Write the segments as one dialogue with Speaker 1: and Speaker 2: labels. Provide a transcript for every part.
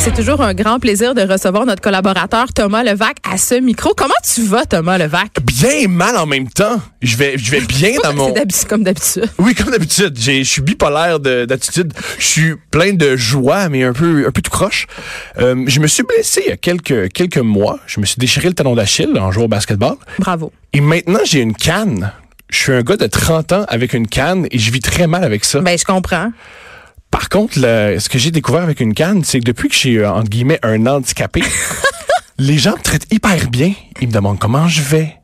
Speaker 1: C'est toujours un grand plaisir de recevoir notre collaborateur Thomas Levac à ce micro. Comment tu vas, Thomas Levac?
Speaker 2: bien et mal en même temps. Je vais, je vais bien dans mon.
Speaker 1: C'est d'habi- comme d'habitude.
Speaker 2: Oui, comme d'habitude, j'ai- je suis bipolaire de- d'attitude. Je suis plein de joie, mais un peu, un peu tout croche. Euh, je me suis blessé il y a quelques, quelques mois. Je me suis déchiré le talon d'Achille en jouant au basketball.
Speaker 1: Bravo.
Speaker 2: Et maintenant, j'ai une canne. Je suis un gars de 30 ans avec une canne et je vis très mal avec ça.
Speaker 1: Ben, je comprends.
Speaker 2: Par contre, le- ce que j'ai découvert avec une canne, c'est que depuis que j'ai, euh, entre guillemets, un handicapé, les gens me traitent hyper bien. Ils me demandent comment je vais.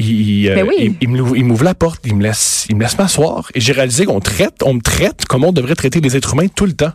Speaker 2: Ils, ils, euh,
Speaker 1: Ben oui.
Speaker 2: ils- ils me l'ouvrent- ils m'ouvrent la porte, ils me laissent, ils me laissent m'asseoir. Et j'ai réalisé qu'on traite, on me traite comme on devrait traiter les êtres humains tout le temps.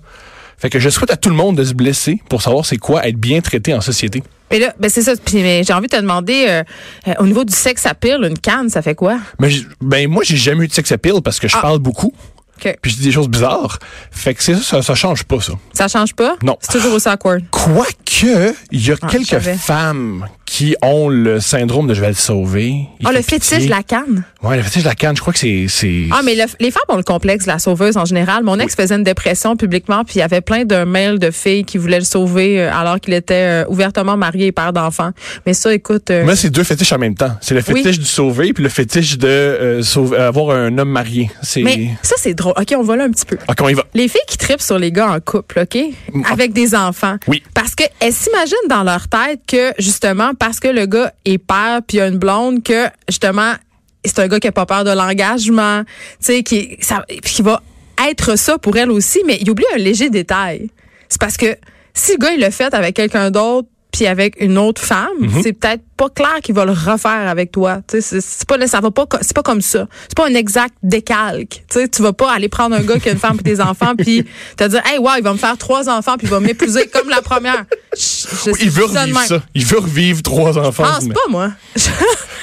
Speaker 2: Fait que je souhaite à tout le monde de se blesser pour savoir c'est quoi être bien traité en société.
Speaker 1: Mais là, ben c'est ça. Puis mais j'ai envie de te demander, euh, euh, au niveau du sexe à pile, une canne, ça fait quoi?
Speaker 2: Mais j- ben moi j'ai jamais eu de sex appeal parce que je
Speaker 1: Ah.
Speaker 2: parle beaucoup,
Speaker 1: Que
Speaker 2: puis je dis des choses bizarres. Fait que c'est ça, ça, ça change pas ça.
Speaker 1: ça change pas?
Speaker 2: Non.
Speaker 1: C'est toujours aussi awkward.
Speaker 2: Quoique, il y a
Speaker 1: Ah, je
Speaker 2: quelques
Speaker 1: savais.
Speaker 2: femmes qui ont le syndrome de je vais le sauver. Il
Speaker 1: Ah,
Speaker 2: fait
Speaker 1: le
Speaker 2: pitié.
Speaker 1: fétiche de la canne.
Speaker 2: Ouais, le fétiche de la canne, je crois que c'est. c'est-
Speaker 1: Ah, mais le- les femmes ont le complexe de la sauveuse en général. Mon ex faisait une dépression publiquement, puis il y avait plein de mails de filles qui voulaient le sauver euh, alors qu'il était euh, ouvertement marié et père d'enfants. Mais ça, écoute. euh,
Speaker 2: Moi, c'est deux fétiches en même temps. C'est le
Speaker 1: Oui.
Speaker 2: fétiche du sauver puis le fétiche de euh, sauver- avoir un homme marié. C'est.
Speaker 1: mais ça, c'est drôle. OK, on va là un petit peu.
Speaker 2: Ah, comment il va?
Speaker 1: Les filles qui tripent sur les gars en couple, OK? Avec des enfants.
Speaker 2: Oui.
Speaker 1: Parce que elles s'imaginent dans leur tête que, justement, parce que le gars est père puis il a une blonde, que, justement, c'est un gars qui a pas peur de l'engagement, tu sais, qui, ça, puis qui va être ça pour elle aussi, mais il oublie un léger détail. C'est parce que si le gars, il le fait avec quelqu'un d'autre, puis avec une autre femme,
Speaker 2: Mhm.
Speaker 1: c'est peut-être pas clair qu'il va le refaire avec toi. Tu sais, c'est- c'est pas ça va pas co- c'est pas comme ça. C'est pas un exact décalque. Tu sais, tu vas pas aller prendre un gars qui a une femme et des enfants puis te dire "Hey wow, il va me faire trois enfants puis il va m'épouser comme la première." Chut, je-
Speaker 2: Oui, il veut
Speaker 1: je dis ça de
Speaker 2: revivre
Speaker 1: même.
Speaker 2: ça. Il veut revivre trois enfants.
Speaker 1: Pense
Speaker 2: mais-
Speaker 1: pas moi.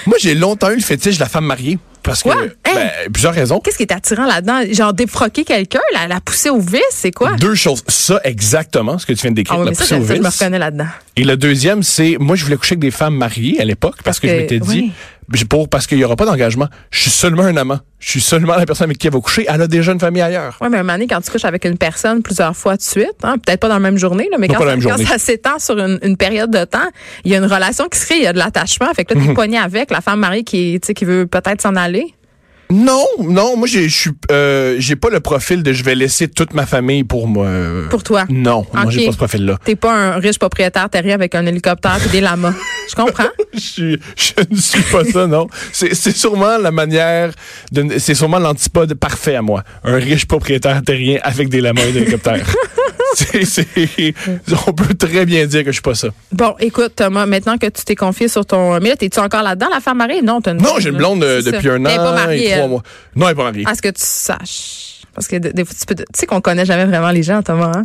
Speaker 2: Moi, j'ai longtemps eu le fétiche de la femme mariée. Parce
Speaker 1: Quoi? Hein?
Speaker 2: que.
Speaker 1: Hey!
Speaker 2: ben, plusieurs raisons.
Speaker 1: Qu'est-ce qui est attirant là-dedans Genre défroquer quelqu'un, la, la pousser au vice, c'est quoi
Speaker 2: Deux choses. Ça, exactement, ce que tu viens de décrire,
Speaker 1: Ah oui,
Speaker 2: la
Speaker 1: mais ça,
Speaker 2: poussée
Speaker 1: ça,
Speaker 2: au
Speaker 1: ça, je me
Speaker 2: vice.
Speaker 1: reconnais là-dedans.
Speaker 2: Et le deuxième, c'est moi, je voulais coucher avec des femmes mariées à l'époque parce, que,
Speaker 1: que-
Speaker 2: je m'étais dit, j'ai pour, parce qu'il n'y aura pas d'engagement. Je suis seulement un amant. Je suis seulement la personne avec qui elle va coucher. Elle a déjà une famille ailleurs.
Speaker 1: Oui, mais un moment donné, quand tu couches avec une personne plusieurs fois de suite, hein, peut-être pas dans la même journée, là, mais
Speaker 2: Non,
Speaker 1: quand,
Speaker 2: pas la même
Speaker 1: quand
Speaker 2: journée.
Speaker 1: ça s'étend sur une, une période de temps, il y a une relation qui se crée, il y a de l'attachement. Fait que
Speaker 2: Mhm.
Speaker 1: là, t'es poigné avec la femme mariée qui, est- tu sais, qui veut peut-être s'en aller.
Speaker 2: Non, non, moi, j'ai- je suis, euh, j'ai pas le profil de je vais laisser toute ma famille pour moi.
Speaker 1: Pour toi.
Speaker 2: Non, moi,
Speaker 1: Ok.
Speaker 2: j'ai pas ce profil-là.
Speaker 1: T'es pas un riche propriétaire terrien avec un hélicoptère et des lamas. Je comprends.
Speaker 2: je, suis- je ne suis pas ça, non. C'est c'est sûrement la manière, de- c'est sûrement l'antipode parfait à moi. Un riche propriétaire terrien avec des lamas et des hélicoptères. C'est- c'est- on peut très bien dire que je suis pas ça.
Speaker 1: Bon, écoute, Thomas, maintenant que tu t'es confié sur ton. Mais là, t'es-tu encore là-dedans, la femme mariée? Non, t'as une
Speaker 2: Non, j'ai une blonde euh,
Speaker 1: C'est
Speaker 2: depuis
Speaker 1: ça.
Speaker 2: un
Speaker 1: Mais elle est pas
Speaker 2: an
Speaker 1: mariée,
Speaker 2: et trois
Speaker 1: elle. Ah.
Speaker 2: mois. Non, elle n'est pas mariée.
Speaker 1: À ce que tu saches. Parce que des des fois, tu peux. te- Tu sais qu'on connaît jamais vraiment les gens, Thomas, hein?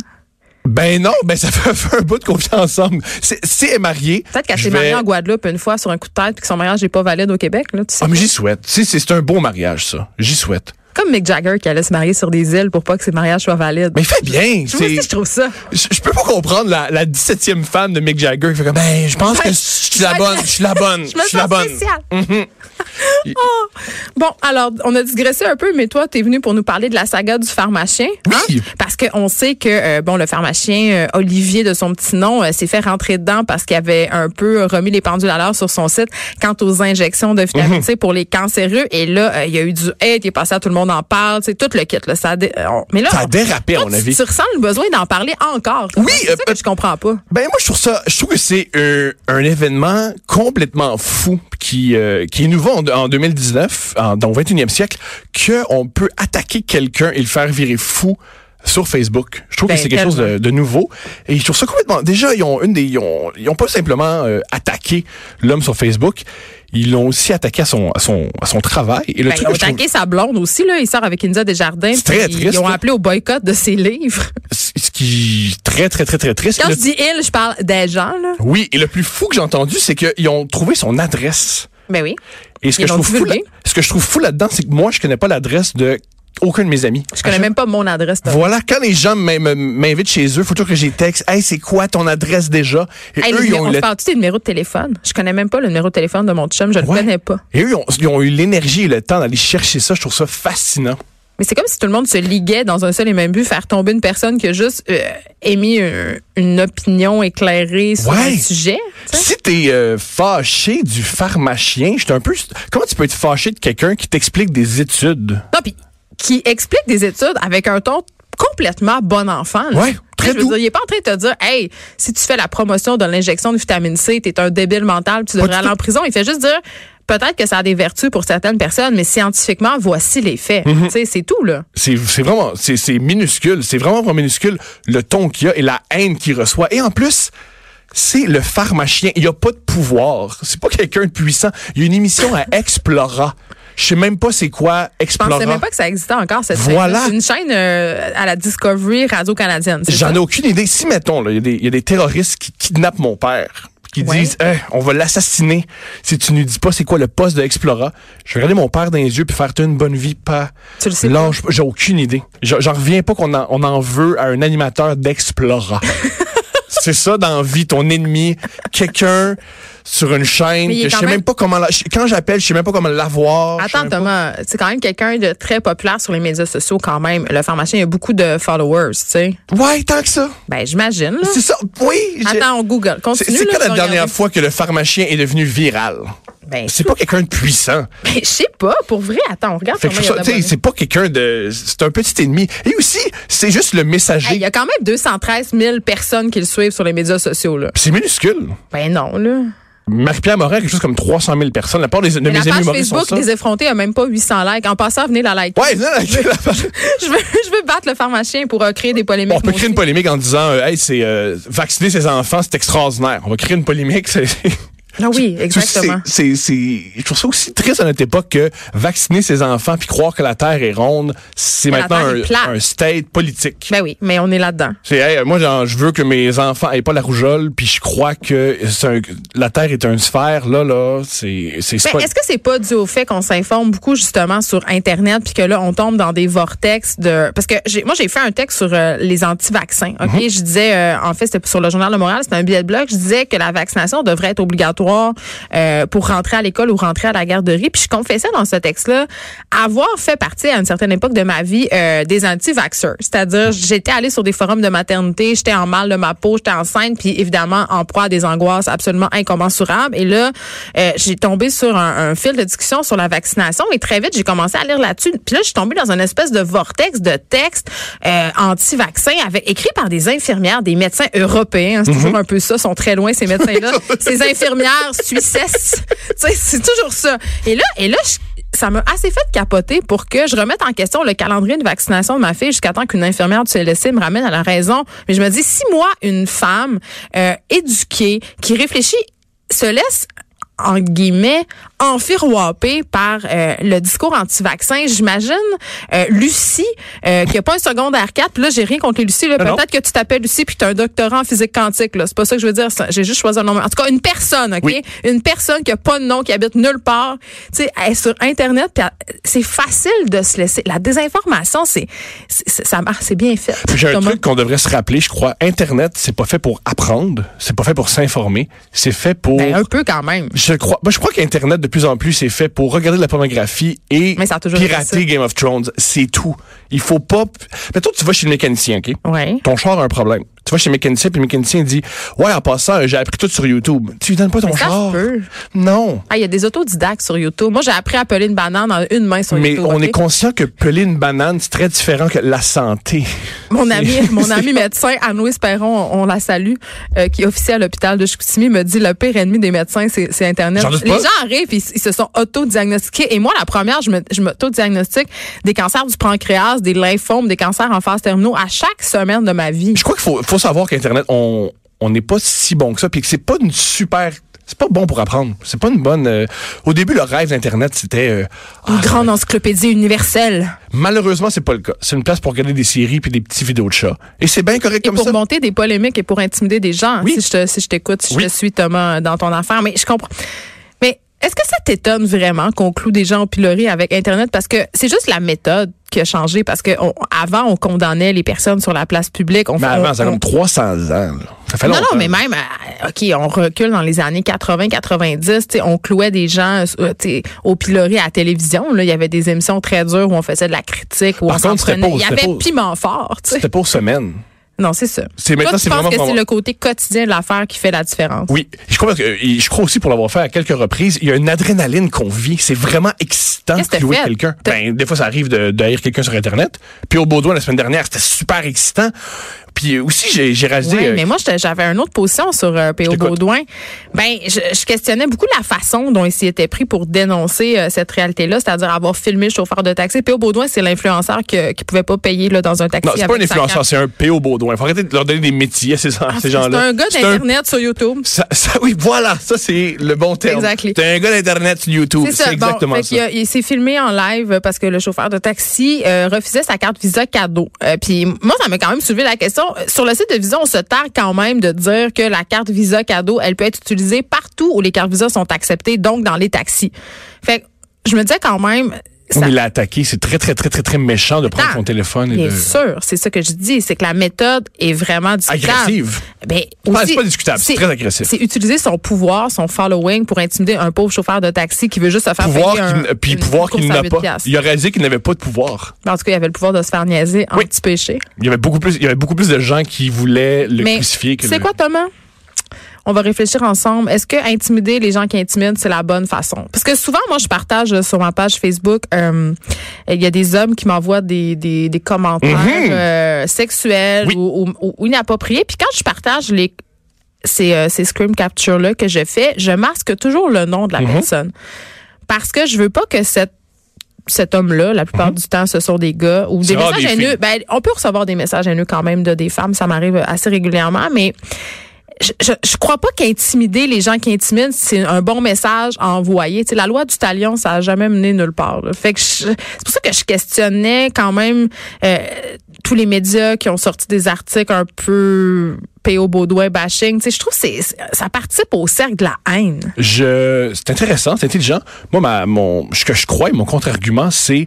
Speaker 2: Ben non, ben ça fait, fait un bout de confiance ensemble. C'est- Si elle est mariée.
Speaker 1: Peut-être qu'elle
Speaker 2: je
Speaker 1: s'est
Speaker 2: vais-
Speaker 1: mariée en Guadeloupe une fois sur un coup de tête puis que son mariage n'est pas valide au Québec. Là, tu sais.
Speaker 2: Ah, mais j'y souhaite. Tu sais, c'est c'est un beau mariage, ça. J'y souhaite.
Speaker 1: Comme Mick Jagger qui allait se marier sur des îles pour pas que ses mariages soient valides.
Speaker 2: Mais il fait bien.
Speaker 1: je, moi aussi,
Speaker 2: c'est-
Speaker 1: je trouve ça.
Speaker 2: Je, je peux pas comprendre la, la 17e femme de Mick Jagger qui fait comme, ben, je pense que je suis la bonne, je suis la bonne,
Speaker 1: Je me
Speaker 2: je suis
Speaker 1: sens
Speaker 2: la bonne. Mm-hmm.
Speaker 1: spéciale. Oh. Bon, alors, on a digressé un peu, mais toi, t'es venu pour nous parler de la saga du pharmacien. hein?
Speaker 2: Oui.
Speaker 1: Parce qu'on sait que, euh, bon, le pharmacien euh, Olivier, de son petit nom, euh, s'est fait rentrer dedans parce qu'il avait un peu euh, remis les pendules à l'heure sur son site quant aux injections de
Speaker 2: Mm-hmm.
Speaker 1: vitamine C pour les cancéreux. Et là, euh, il y a eu du hate, il est passé à tout le monde en parle, c'est tout le kit. Là, ça a dé- euh, on- Mais là,
Speaker 2: Ça a
Speaker 1: on-
Speaker 2: dérapé,
Speaker 1: toi,
Speaker 2: à mon
Speaker 1: tu-
Speaker 2: avis.
Speaker 1: Tu ressens le besoin d'en parler encore. toi.
Speaker 2: Oui,
Speaker 1: C'est
Speaker 2: euh,
Speaker 1: ça que je comprends pas.
Speaker 2: Ben moi je trouve ça, je trouve que c'est un, un événement complètement fou qui euh, qui est nouveau en, en 2019, en, dans le 21e siècle, que on peut attaquer quelqu'un et le faire virer fou sur Facebook. Je trouve
Speaker 1: Ben,
Speaker 2: que c'est quelque chose
Speaker 1: tellement.
Speaker 2: de, de nouveau et je trouve ça complètement. Déjà ils ont une des, ils ont, ils ont pas simplement euh, attaqué l'homme sur Facebook, ils l'ont aussi attaqué à son à son à son travail et le
Speaker 1: Ben, ils
Speaker 2: truc
Speaker 1: ont
Speaker 2: que je trouve-
Speaker 1: attaqué sa blonde aussi, là. Il sort avec Inza Desjardins.
Speaker 2: C'est très
Speaker 1: puis Ils
Speaker 2: triste,
Speaker 1: ont
Speaker 2: là.
Speaker 1: appelé au boycott de ses livres.
Speaker 2: ce qui est très très très très triste.
Speaker 1: Quand
Speaker 2: Le-
Speaker 1: je dis il, je parle des gens, là.
Speaker 2: Oui et le plus fou que j'ai entendu c'est qu'ils ont trouvé son adresse.
Speaker 1: Ben oui.
Speaker 2: Et ce
Speaker 1: Ils
Speaker 2: que, je
Speaker 1: l'ont
Speaker 2: trouve fou,
Speaker 1: divulgué.
Speaker 2: là- ce que je trouve fou là-dedans, c'est que moi, je connais pas l'adresse de aucun de mes amis.
Speaker 1: Je connais même pas mon adresse. toi.
Speaker 2: Voilà, quand les gens m'in- m'in- m'invitent chez eux, faut toujours que j'ai texte. Hey, c'est quoi ton adresse déjà? Et
Speaker 1: Hey, les
Speaker 2: eux, ils
Speaker 1: numéros-
Speaker 2: ont
Speaker 1: on
Speaker 2: le
Speaker 1: se parle des numéros de téléphone. Je connais même pas le numéro de téléphone de mon chum, je le
Speaker 2: Ouais.
Speaker 1: connais pas.
Speaker 2: Et eux, ils ont, ils ont eu l'énergie et le temps d'aller chercher ça. Je trouve ça fascinant.
Speaker 1: Mais c'est comme si tout le monde se liguait dans un seul et même but, faire tomber une personne qui a juste euh, émis un- une opinion éclairée sur
Speaker 2: Ouais.
Speaker 1: un sujet. tu sais.
Speaker 2: Si t'es euh, fâché du pharmacien, j'étais un peu. Comment tu peux être fâché de quelqu'un qui t'explique des études?
Speaker 1: Non, puis qui explique des études avec un ton complètement bon enfant. là.
Speaker 2: Ouais,
Speaker 1: Tu sais,
Speaker 2: très
Speaker 1: je veux
Speaker 2: doux.
Speaker 1: dire, il est pas en train de te dire, hey, si tu fais la promotion de l'injection de vitamine C, t'es un débile mental, tu devrais
Speaker 2: du
Speaker 1: aller
Speaker 2: tout.
Speaker 1: en prison. Il fait juste dire, peut-être que ça a des vertus pour certaines personnes, mais scientifiquement, voici les faits.
Speaker 2: Mhm.
Speaker 1: Tu sais, c'est tout là.
Speaker 2: C'est c'est vraiment, c'est c'est minuscule. C'est vraiment, vraiment minuscule le ton qu'il y a et la haine qu'il reçoit. Et en plus, c'est le pharmacien. Il n'y a pas de pouvoir. C'est pas quelqu'un de puissant. Il y a une émission à Explora. Je sais même pas c'est quoi
Speaker 1: Je
Speaker 2: Explora.
Speaker 1: pensais même pas que ça existait encore cette
Speaker 2: Voilà.
Speaker 1: chaîne. C'est une chaîne euh, à la Discovery Radio canadienne. c'est ça?
Speaker 2: J'en ai aucune idée. Si, mettons, là, il y a des- il y, a des terroristes qui kidnappent mon père, qui
Speaker 1: Ouais.
Speaker 2: disent Eh, on va l'assassiner si tu ne dis pas c'est quoi le poste de Explora. Je vais regarder mon père dans les yeux puis faire T'as une bonne vie, pas.
Speaker 1: Tu le sais
Speaker 2: Lâche pas. J'ai aucune idée. J'en j'en reviens pas qu'on en, on en veut à un animateur d'Explora. c'est ça dans la vie, ton ennemi, quelqu'un sur une chaîne
Speaker 1: Mais il est
Speaker 2: que je
Speaker 1: quand
Speaker 2: sais même,
Speaker 1: même-
Speaker 2: pas comment la- quand j'appelle, je sais même pas comment l'avoir. Je sais
Speaker 1: Attends,
Speaker 2: même pas-
Speaker 1: Thomas, c'est quand même quelqu'un de très populaire sur les médias sociaux quand même. Le pharmacien, il a beaucoup de followers, tu sais.
Speaker 2: Ouais, tant que ça.
Speaker 1: Ben, j'imagine. là.
Speaker 2: C'est ça. Oui. j'ai-
Speaker 1: Attends, on Google.
Speaker 2: C'est
Speaker 1: Continue.
Speaker 2: c'est
Speaker 1: là, je
Speaker 2: quand la
Speaker 1: vais
Speaker 2: dernière
Speaker 1: regarder.
Speaker 2: fois que le pharmacien est devenu viral?
Speaker 1: Ben,
Speaker 2: C'est pas quelqu'un de puissant.
Speaker 1: ben, je sais pas, pour vrai. Attends, on regarde
Speaker 2: Fait que
Speaker 1: combien
Speaker 2: je
Speaker 1: il y
Speaker 2: trouve
Speaker 1: a
Speaker 2: ça- t'sais,
Speaker 1: d'abonnés.
Speaker 2: c'est pas quelqu'un de. C'est un petit ennemi. Et aussi, c'est juste le
Speaker 1: Hey, Il
Speaker 2: messager.
Speaker 1: y a quand même 213 000 personnes qui le suivent sur les médias sociaux, là.
Speaker 2: Puis c'est minuscule.
Speaker 1: Ben non, là.
Speaker 2: Marie-Pierre Morin a quelque chose comme 300 000 personnes. La part des, de
Speaker 1: Mais
Speaker 2: mes
Speaker 1: la
Speaker 2: amis
Speaker 1: page
Speaker 2: humoristes sont
Speaker 1: Facebook
Speaker 2: ça.
Speaker 1: des effrontés a même pas 800 likes. En passant, venez la liker.
Speaker 2: Ouais, non, la- la-
Speaker 1: je, veux, je veux battre le pharmacien pour euh, créer des polémiques.
Speaker 2: on peut
Speaker 1: moi
Speaker 2: créer une
Speaker 1: aussi.
Speaker 2: polémique en disant euh, Hey, c'est euh, vacciner ses enfants, c'est extraordinaire. On va créer une polémique. c'est-
Speaker 1: Ah oui,
Speaker 2: Tu sais,
Speaker 1: exactement.
Speaker 2: C'est, c'est, je trouve ça aussi triste à notre époque que vacciner ses enfants puis croire que la Terre est ronde, c'est
Speaker 1: Mais la
Speaker 2: maintenant
Speaker 1: Terre est plate.
Speaker 2: un, un state politique.
Speaker 1: Ben oui, mais on est là-dedans.
Speaker 2: C'est hey, moi genre, je veux que mes enfants aient pas la rougeole puis je crois que c'est un- la terre est une sphère là là, c'est c'est c'est
Speaker 1: Ben,
Speaker 2: pas-
Speaker 1: Est-ce que c'est pas dû au fait qu'on s'informe beaucoup justement sur internet puis que là on tombe dans des vortex de parce que j'ai- moi j'ai fait un texte sur euh, les anti-vaccins. OK,
Speaker 2: Mhm.
Speaker 1: je disais euh, en fait c'était sur le journal de Montréal, c'était un billet de blog, je disais que la vaccination devrait être obligatoire euh, pour rentrer à l'école ou rentrer à la garderie puis je confessais dans ce texte-là avoir fait partie à une certaine époque de ma vie euh, des anti-vaxxers.
Speaker 2: Mhm.
Speaker 1: C'est-à-dire, j'étais allée sur des forums de maternité, j'étais en mal de ma peau, j'étais enceinte, puis évidemment en proie à des angoisses absolument incommensurables. Et là, euh, j'ai tombé sur un, un fil de discussion sur la vaccination et très vite, j'ai commencé à lire là-dessus. Puis là, je suis tombée dans une espèce de vortex de textes euh, anti-vaccins avec écrit par des infirmières, des médecins européens. hein, c'est toujours un peu ça, sont très loin ces médecins-là. ces infirmières suissesses. Tu sais, c'est toujours ça. Et là, et là, je- ça m'a assez fait capoter pour que je remette en question le calendrier de vaccination de ma fille jusqu'à temps qu'une infirmière du CLSC me ramène à la raison. Mais je me dis, si moi, une femme euh, éduquée qui réfléchit, se laisse en guillemets, enfiroipée par euh, le discours anti-vaccin. J'imagine euh, Lucie, euh, qui a pas un secondaire 4. Puis là, j'ai rien contre les Lucie. là.
Speaker 2: Non, non.
Speaker 1: Peut-être que tu t'appelles Lucie puis que tu as un doctorat en physique quantique. là. C'est pas ça que je veux dire. ça. J'ai juste choisi un nom. En tout cas, une personne, OK?
Speaker 2: Oui.
Speaker 1: Une personne qui a pas de nom, qui habite nulle part. Tu sais, elle est sur Internet. puis elle- C'est facile de se laisser. La désinformation, c'est c'est- ça marche. C'est bien fait.
Speaker 2: Puis j'ai un
Speaker 1: Thomas.
Speaker 2: truc qu'on devrait se rappeler, je crois, internet, c'est pas fait pour apprendre, c'est pas fait pour s'informer, c'est fait pour
Speaker 1: Ben, un peu quand même.
Speaker 2: je crois moi, je crois qu'internet de plus en plus c'est fait pour regarder de la pornographie et
Speaker 1: Mais ça a toujours été ça.
Speaker 2: pirater Game of Thrones, c'est tout. Il faut pas Mais toi tu vas chez le mécanicien, OK
Speaker 1: Ouais.
Speaker 2: Ton char a un problème. Tu vas chez le mécanicien, puis le mécanicien dit Ouais, en passant, j'ai appris tout sur YouTube. Tu lui donnes pas ton
Speaker 1: Mais ça se
Speaker 2: char.
Speaker 1: peut.
Speaker 2: Non.
Speaker 1: Ah, il y a des autodidactes sur YouTube. Moi, j'ai appris à peler une banane en une main sur
Speaker 2: Mais
Speaker 1: YouTube.
Speaker 2: on
Speaker 1: ok?
Speaker 2: est conscient que peler une banane, c'est très différent que la santé.
Speaker 1: Mon ami,
Speaker 2: C'est-
Speaker 1: mon
Speaker 2: c'est-
Speaker 1: ami médecin, Anne-Louise Perron, on, on la salue, euh, qui est officier à l'hôpital de Chicoutimi, me dit le pire ennemi des médecins, c'est c'est Internet.
Speaker 2: J'en doute
Speaker 1: Les
Speaker 2: pas.
Speaker 1: gens arrivent et ils, ils se sont autodiagnostiqués. Et moi, la première, je me- je m'auto-diagnostique des cancers du pancréas, des lymphomes, des cancers en phase terminaux à chaque semaine de ma vie.
Speaker 2: Je crois qu'il faut, faut savoir qu'Internet, on on n'est pas si bon que ça, puis que c'est pas une super. C'est pas bon pour apprendre. C'est pas une bonne. euh, Au début, le rêve d'Internet, c'était. euh,
Speaker 1: Une
Speaker 2: Ah,
Speaker 1: grande encyclopédie universelle.
Speaker 2: Malheureusement, c'est pas le cas. C'est une place pour regarder des séries puis des petites vidéos de chats. Et c'est bien correct
Speaker 1: Et
Speaker 2: comme
Speaker 1: pour
Speaker 2: ça.
Speaker 1: monter des polémiques et pour intimider des gens, hein,
Speaker 2: Oui.
Speaker 1: si je te- euh, si je t'écoute, si, je
Speaker 2: Oui.
Speaker 1: te suis, Thomas, dans ton affaire. Mais je comprends. Mais Est-ce que ça t'étonne vraiment qu'on cloue des gens au pilori avec Internet? Parce que c'est juste la méthode qui a changé. Parce que on- avant, on condamnait les personnes sur la place publique. On,
Speaker 2: Mais
Speaker 1: on-
Speaker 2: avant, ça a
Speaker 1: on-
Speaker 2: comme 300 ans. là. Ça fait
Speaker 1: non,
Speaker 2: longtemps.
Speaker 1: non, mais même, euh, OK, on recule dans les années 80-90, tu sais, on clouait des gens euh, tu sais, au pilori à la télévision. Là. Il y avait des émissions très dures où on faisait de la critique. Où
Speaker 2: Par
Speaker 1: on
Speaker 2: contre, c'était
Speaker 1: s'entraînait.
Speaker 2: pas-
Speaker 1: Il y
Speaker 2: c'était
Speaker 1: avait
Speaker 2: pas-
Speaker 1: piment fort. tu sais.
Speaker 2: C'était pour semaine.
Speaker 1: Non, c'est ça.
Speaker 2: C'est-
Speaker 1: Toi,
Speaker 2: maintenant,
Speaker 1: tu
Speaker 2: c'est
Speaker 1: penses
Speaker 2: vraiment
Speaker 1: que
Speaker 2: pour
Speaker 1: c'est
Speaker 2: moi.
Speaker 1: le côté quotidien de l'affaire qui fait la différence.
Speaker 2: Oui, je crois, que, euh, et je crois aussi pour l'avoir fait à quelques reprises, il y a une adrénaline qu'on vit. C'est vraiment excitant
Speaker 1: Qu'est-ce
Speaker 2: de
Speaker 1: que
Speaker 2: clouer
Speaker 1: t'as fait?
Speaker 2: quelqu'un.
Speaker 1: T'as-
Speaker 2: Ben, des fois, ça arrive de d'haïr quelqu'un sur Internet. Puis au Baudouin, la semaine dernière, c'était super excitant. Puis euh, aussi, j'ai- j'ai rasé...
Speaker 1: Ouais,
Speaker 2: euh,
Speaker 1: mais moi, j'étais- j'avais une autre position sur euh, P.O.
Speaker 2: t'écoute.
Speaker 1: Baudouin. Ben, je, je questionnais beaucoup la façon dont il s'y était pris pour dénoncer euh, cette réalité-là, c'est-à-dire avoir filmé le chauffeur de taxi. P.O. Baudouin, c'est l'influenceur que- qui pouvait pas payer là, dans un taxi.
Speaker 2: non, c'est pas un
Speaker 1: avec sa
Speaker 2: influenceur, c'est un P.O. Baudouin. Hein. Faut arrêter de leur donner des métiers à ces, à
Speaker 1: Ah,
Speaker 2: ces gens-là.
Speaker 1: C'est un gars
Speaker 2: C'est
Speaker 1: d'Internet sur YouTube.
Speaker 2: Ça, ça- oui, voilà, ça c'est le bon terme.
Speaker 1: Exactly.
Speaker 2: T'es un gars d'Internet sur YouTube.
Speaker 1: C'est ça.
Speaker 2: C'est
Speaker 1: Bon,
Speaker 2: exactement
Speaker 1: fait
Speaker 2: ça.
Speaker 1: qu'il a- il s'est filmé en live euh, parce que le chauffeur de taxi euh, refusait sa carte Visa cadeau. Euh, Puis moi, ça m'a quand même soulevé la question. Euh, Sur le site de Visa, on se targue quand même de dire que la carte Visa cadeau, elle peut être utilisée partout où les cartes Visa sont acceptées, donc dans les taxis. Fait que je me disais quand même. ça-
Speaker 2: Oui, mais il a attaqué. C'est très, très, très, très, très méchant de prendre
Speaker 1: Attends.
Speaker 2: son téléphone et
Speaker 1: Bien
Speaker 2: de.
Speaker 1: sûr, c'est ça que je dis, c'est que la méthode est vraiment discutable.
Speaker 2: Agressive.
Speaker 1: Ben,
Speaker 2: Ah,
Speaker 1: aussi,
Speaker 2: c'est pas discutable, c'est très agressif.
Speaker 1: C'est utiliser son pouvoir, son following pour intimider un pauvre chauffeur de taxi qui veut juste se faire
Speaker 2: Pouvoir
Speaker 1: payer un,
Speaker 2: qu'il, puis
Speaker 1: une
Speaker 2: pouvoir qu'il
Speaker 1: course à
Speaker 2: n'a
Speaker 1: huit
Speaker 2: pas.
Speaker 1: piastres.
Speaker 2: Il a réalisé qu'il n'avait pas de pouvoir.
Speaker 1: En tout cas, il avait le pouvoir de se faire niaiser en
Speaker 2: Oui.
Speaker 1: petit péché.
Speaker 2: Il y avait beaucoup plus, il y avait beaucoup plus de gens qui voulaient le
Speaker 1: Mais
Speaker 2: crucifier que
Speaker 1: c'est
Speaker 2: le-
Speaker 1: quoi, Thomas? On va réfléchir ensemble. Est-ce que intimider les gens qui intimident, c'est la bonne façon? Parce que souvent, moi, je partage euh, sur ma page Facebook, euh, il y a des hommes qui m'envoient des, des, des commentaires euh, sexuels
Speaker 2: Mhm. Oui.
Speaker 1: ou, ou- ou inappropriés. Puis quand je partage les, ces, euh, ces scream captures-là que je fais, je masque toujours le nom de
Speaker 2: Mhm.
Speaker 1: la personne. Parce que je veux pas que cette cet homme-là, la plupart du temps, ce sont des gars ou
Speaker 2: Mhm. C'est
Speaker 1: des
Speaker 2: rare
Speaker 1: messages
Speaker 2: des filles.
Speaker 1: haineux. Ben, on peut recevoir des messages haineux quand même de des femmes, ça m'arrive assez régulièrement, mais je, je, je crois pas qu'intimider les gens qui intimident, c'est un bon message à envoyer. Tu sais, la loi du talion, ça a jamais mené nulle part. là. Fait que je- c'est pour ça que je questionnais quand même euh, tous les médias qui ont sorti des articles un peu P.O. Baudouin bashing. Tu sais, je trouve que c'est- c'est- ça participe au cercle de la haine.
Speaker 2: Je, c'est intéressant, c'est intelligent. Moi, ma, mon, ce que je crois et mon contre-argument, c'est,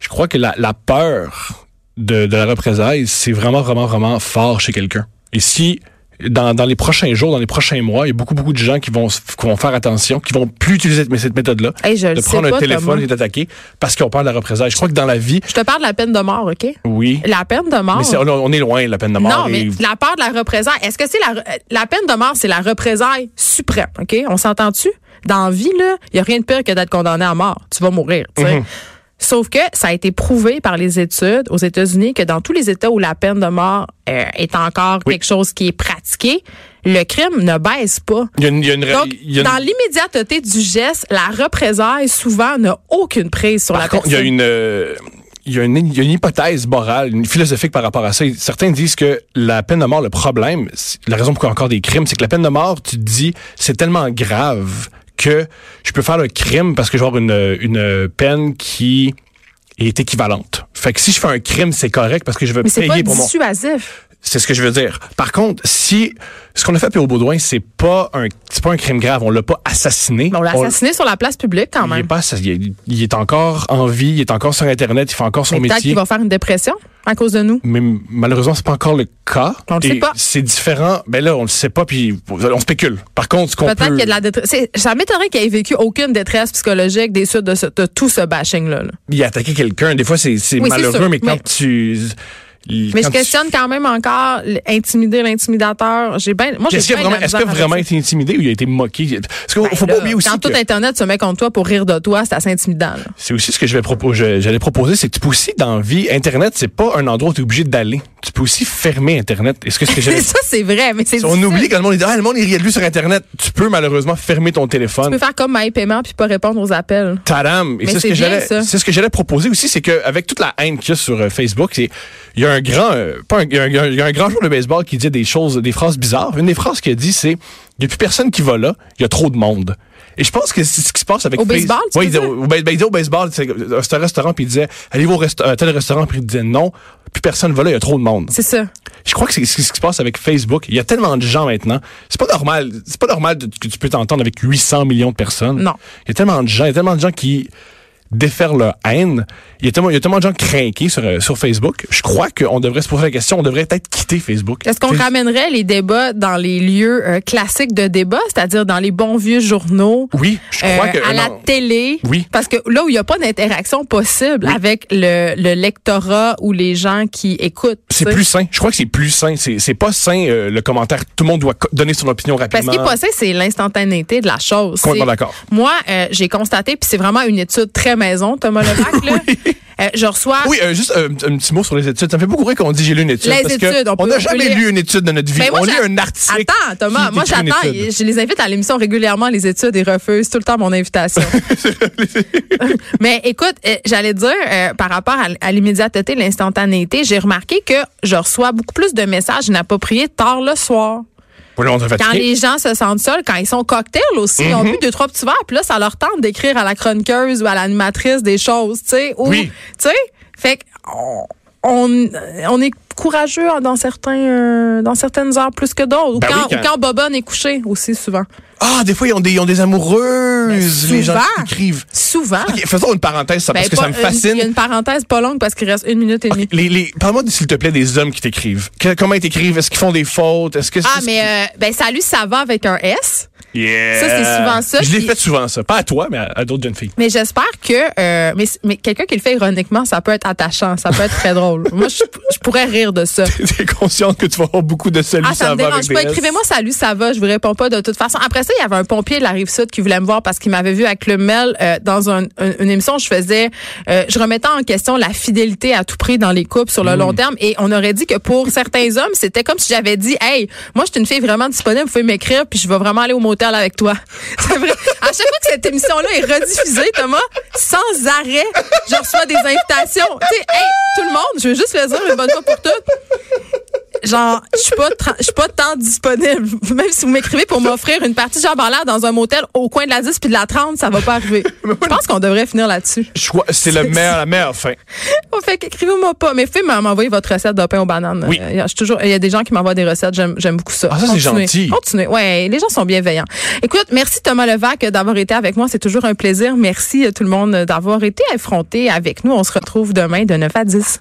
Speaker 2: je crois que la, la peur de, de la représailles, c'est vraiment, vraiment, vraiment fort chez quelqu'un. Et si, dans, dans les prochains jours, dans les prochains mois, il y a beaucoup, beaucoup de gens qui vont, se- qui vont faire attention, qui vont plus utiliser cette- cette méthode-là,
Speaker 1: Hey, je le
Speaker 2: de
Speaker 1: sais
Speaker 2: prendre
Speaker 1: pas,
Speaker 2: un téléphone
Speaker 1: Thomas.
Speaker 2: et d'attaquer parce qu'on parle de la représailles. Je crois que dans la vie,
Speaker 1: Je te parle de la peine de mort, OK?
Speaker 2: oui.
Speaker 1: La peine de mort.
Speaker 2: Mais c'est- on, on est loin de la peine de mort.
Speaker 1: Ah. Non, mais
Speaker 2: et-
Speaker 1: la peur de la représailles, est-ce que c'est la, la peine de mort, c'est la représailles suprême, OK? On s'entend-tu? Dans la vie, là, il n'y a rien de pire que d'être condamné à mort. Tu vas mourir, tu
Speaker 2: Mhm.
Speaker 1: sais. Sauf que ça a été prouvé par les études aux États-Unis que dans tous les États où la peine de mort euh, est encore
Speaker 2: Oui.
Speaker 1: quelque chose qui est pratiqué, le crime ne baisse pas.
Speaker 2: Il y a une, il y a une-
Speaker 1: Donc,
Speaker 2: Euh, il y a une-
Speaker 1: dans l'immédiateté du geste, la représailles, souvent, n'a aucune prise sur la
Speaker 2: Par contre, il y a
Speaker 1: personne.
Speaker 2: une euh, il y, a une, il y a une hypothèse morale, une philosophique par rapport à ça. Certains disent que la peine de mort, le problème, c'est- la raison pourquoi il y a encore des crimes, c'est que la peine de mort, tu te dis, c'est tellement grave que je peux faire le crime parce que je vais avoir une, une peine qui est équivalente. Fait que si je fais un crime, c'est correct parce que je veux
Speaker 1: Mais c'est pas
Speaker 2: payer pour mon...
Speaker 1: dissuasif.
Speaker 2: C'est ce que je veux dire. Par contre, si ce qu'on a fait à P.O. Baudouin, c'est pas un c'est pas un crime grave, on l'a pas assassiné.
Speaker 1: On l'a
Speaker 2: On-
Speaker 1: assassiné sur la place publique, quand
Speaker 2: il est,
Speaker 1: même.
Speaker 2: pas, ça- il, est, il est encore en vie, il est encore sur Internet, il fait encore son
Speaker 1: Mais Peut-être
Speaker 2: métier.
Speaker 1: qu'il va faire une dépression à cause de nous.
Speaker 2: Mais m- malheureusement, c'est pas encore le cas.
Speaker 1: On le
Speaker 2: Et
Speaker 1: sait pas.
Speaker 2: C'est différent. Ben là, on le sait pas, puis on spécule. Par contre, ce qu'on peut...
Speaker 1: Peut-être qu'il y a de la détresse. c'est- Ça m'étonnerait qu'il ait vécu aucune détresse psychologique des suites de, ce- de tout ce bashing-là. là.
Speaker 2: Il a attaqué quelqu'un. Des fois, c'est c'est
Speaker 1: Oui, c'est
Speaker 2: malheureux,
Speaker 1: sûr,
Speaker 2: mais quand
Speaker 1: mais-
Speaker 2: tu...
Speaker 1: Mais je questionne quand même encore l- intimider l'intimidateur. J'ai bien. Moi, j'ai
Speaker 2: Est-ce qu'il a
Speaker 1: bien de
Speaker 2: vraiment,
Speaker 1: la
Speaker 2: est-ce
Speaker 1: misère
Speaker 2: qu'il a
Speaker 1: avec
Speaker 2: vraiment
Speaker 1: ça.
Speaker 2: été intimidé ou il a été moqué? Parce qu'il
Speaker 1: Ben
Speaker 2: faut
Speaker 1: là,
Speaker 2: pas oublier aussi
Speaker 1: Quand tout
Speaker 2: que-
Speaker 1: Internet se met contre toi pour rire de toi, c'est assez intimidant. là.
Speaker 2: C'est aussi ce que je vais proposer. J'allais proposer, c'est que tu peux aussi dans la vie, Internet, c'est pas un endroit où tu es obligé d'aller. Tu peux aussi fermer Internet. Est-ce que ce que j'allais-
Speaker 1: ça, c'est vrai, mais c'est
Speaker 2: On
Speaker 1: difficile.
Speaker 2: oublie quand le monde dit ah, le monde il rit de lui sur Internet. Tu peux malheureusement fermer ton
Speaker 1: Tu peux
Speaker 2: téléphone.
Speaker 1: faire comme My Paiement puis pas répondre aux appels.
Speaker 2: Tadam!
Speaker 1: Mais
Speaker 2: Et c'est ce
Speaker 1: c'est
Speaker 2: que
Speaker 1: bien,
Speaker 2: j'allais,
Speaker 1: ça.
Speaker 2: c'est ce que j'allais proposer aussi, c'est qu'avec toute la haine qu'il y a sur euh, Facebook, c'est- il y a un grand, euh, pas un- il y a un- il y a un- il y a un grand joueur de baseball qui dit des choses, des phrases bizarres. Une des phrases qu'il a dit, c'est, il y a plus personne qui va là, il y a trop de monde. Et je pense que c'est ce qui se passe avec
Speaker 1: Au baseball, tu veux
Speaker 2: Oui, il disait
Speaker 1: dire?
Speaker 2: au, ben, ben, il disait au baseball, c'est un restaurant, puis il disait, allez-vous au resta- à tel restaurant, puis il disait non, puis personne ne va là, il y a trop de monde.
Speaker 1: C'est ça.
Speaker 2: Je crois que c'est c'est ce qui se passe avec Facebook. Il y a tellement de gens maintenant. C'est pas normal. C'est pas normal de- que tu peux t'entendre avec 800 millions de personnes.
Speaker 1: Non.
Speaker 2: Il y a tellement de gens. Il y a tellement de gens qui défèrent leur haine. Il y a tellement, il y a tellement de gens craqués sur, euh, sur Facebook. Je crois qu'on devrait se poser la question. On devrait peut-être quitter Facebook.
Speaker 1: Est-ce qu'on
Speaker 2: Fais-
Speaker 1: ramènerait les débats dans les lieux euh, classiques de débat, c'est-à-dire dans les bons vieux journaux?
Speaker 2: Oui, je crois
Speaker 1: euh,
Speaker 2: que.
Speaker 1: à la
Speaker 2: non.
Speaker 1: télé.
Speaker 2: Oui.
Speaker 1: Parce que là où il n'y a pas d'interaction possible avec le, le lectorat ou les gens qui écoutent.
Speaker 2: C'est
Speaker 1: tu sais.
Speaker 2: plus sain. Je crois que c'est plus sain. C'est c'est pas sain euh, le commentaire. Tout le monde doit co- donner son opinion
Speaker 1: Parce
Speaker 2: rapidement.
Speaker 1: qu'il est passé, c'est l'instantanéité de la chose.
Speaker 2: Complètement
Speaker 1: C'est-
Speaker 2: d'accord.
Speaker 1: Moi, euh, j'ai constaté, puis c'est vraiment une étude très maison, Thomas Levac, là. Euh, je reçois.
Speaker 2: Oui, euh, juste euh, un, un petit mot sur les études. Ça me fait beaucoup rire qu'on dit j'ai lu une étude.
Speaker 1: Les
Speaker 2: parce
Speaker 1: études,
Speaker 2: que
Speaker 1: on peut-
Speaker 2: on n'a
Speaker 1: on peut
Speaker 2: jamais
Speaker 1: lire.
Speaker 2: lu une étude de notre vie.
Speaker 1: Ben, moi,
Speaker 2: on
Speaker 1: j'a-
Speaker 2: lit un article.
Speaker 1: Attends, Thomas,
Speaker 2: qui
Speaker 1: moi
Speaker 2: décrit une
Speaker 1: j'attends,
Speaker 2: étude.
Speaker 1: je les invite à l'émission régulièrement, les études, et refusent tout le temps mon invitation. Mais écoute, euh, j'allais dire, euh, par rapport à, l- à l'immédiateté, l'instantanéité, j'ai remarqué que je reçois beaucoup plus de messages inappropriés tard le soir.
Speaker 2: Oui, on est
Speaker 1: Quand
Speaker 2: fatigué.
Speaker 1: les gens se sentent seuls, quand ils sont cocktails aussi, ils
Speaker 2: Mm-hmm.
Speaker 1: ont bu deux, trois petits verres, puis là, ça leur tente d'écrire à la chroniqueuse ou à l'animatrice des choses, tu sais. ou-
Speaker 2: Oui.
Speaker 1: Tu sais, fait que on, on, on est courageux dans certains euh, dans certaines heures plus que d'autres. Ou,
Speaker 2: Ben oui,
Speaker 1: quand,
Speaker 2: quand-
Speaker 1: ou quand Bobonne est couché aussi souvent.
Speaker 2: Ah, des fois, ils ont des, ils ont des amoureuses, les gens qui
Speaker 1: souvent.
Speaker 2: écrivent.
Speaker 1: Souvent.
Speaker 2: Ok, faisons une parenthèse, ça,
Speaker 1: Ben,
Speaker 2: parce que
Speaker 1: pas
Speaker 2: ça me
Speaker 1: une- Il y a
Speaker 2: fascine.
Speaker 1: une parenthèse pas longue parce qu'il reste une minute et demie.
Speaker 2: Les, les, Parle-moi, s'il te plaît, des hommes qui t'écrivent. Que- Comment ils t'écrivent? Est-ce qu'ils font des fautes? Est-ce que
Speaker 1: Ah,
Speaker 2: est-ce
Speaker 1: mais
Speaker 2: que-
Speaker 1: euh, ben salut, ça va avec un S.
Speaker 2: Yeah.
Speaker 1: ça, c'est souvent ça,
Speaker 2: Je l'ai
Speaker 1: puis-
Speaker 2: fait souvent, ça. Pas à toi, mais à, à d'autres jeunes filles.
Speaker 1: Mais j'espère que euh, mais, mais quelqu'un qui le fait ironiquement, ça peut être attachant, ça peut être très drôle. Moi, je, je pourrais rire de ça.
Speaker 2: T'es consciente que tu vas avoir beaucoup de salut,
Speaker 1: Ah, ça, me
Speaker 2: va
Speaker 1: dérange
Speaker 2: avec
Speaker 1: pas.
Speaker 2: des S.
Speaker 1: Écrivez-moi salut, ça va, je vous réponds pas de toute façon. Après ça, il y avait un pompier de la rive sud qui voulait me voir parce qu'il m'avait vu à Club Mel euh, dans un- un- une émission. Je faisais, euh, je remettais en question la fidélité à tout prix dans les couples
Speaker 2: Hmm.
Speaker 1: sur le long terme. Et on aurait dit que pour certains hommes, c'était comme si j'avais dit, hey, moi, je suis une fille vraiment disponible, vous pouvez m'écrire, puis je vais vraiment aller au motel avec toi. C'est vrai. À chaque fois que cette émission-là est rediffusée, Thomas, sans arrêt, je reçois des invitations. Tu sais, hey, tout le monde, je veux juste le dire une bonne fois pour toutes genre je suis pas tra- je suis pas tant disponible même si vous m'écrivez pour m'offrir une partie Jean Ballard dans un motel au coin de la 10 puis de la 30 ça va pas arriver je pense qu'on devrait finir là-dessus
Speaker 2: Je crois- C'est le meilleur, la meilleure fin.
Speaker 1: Bon, fait qu'écrivez-moi pas mais faites m'envoyer votre recette de pain aux bananes
Speaker 2: Oui.
Speaker 1: Euh, je suis toujours il y a des gens qui m'envoient des recettes j'aime j'aime beaucoup ça
Speaker 2: Ah, ça, c'est
Speaker 1: Continuez.
Speaker 2: gentil.
Speaker 1: continuez ouais les gens sont bienveillants écoute merci Thomas Levac euh, d'avoir été avec moi c'est toujours un plaisir merci euh, tout le monde euh, d'avoir été affronté avec nous on se retrouve demain de 9 à 10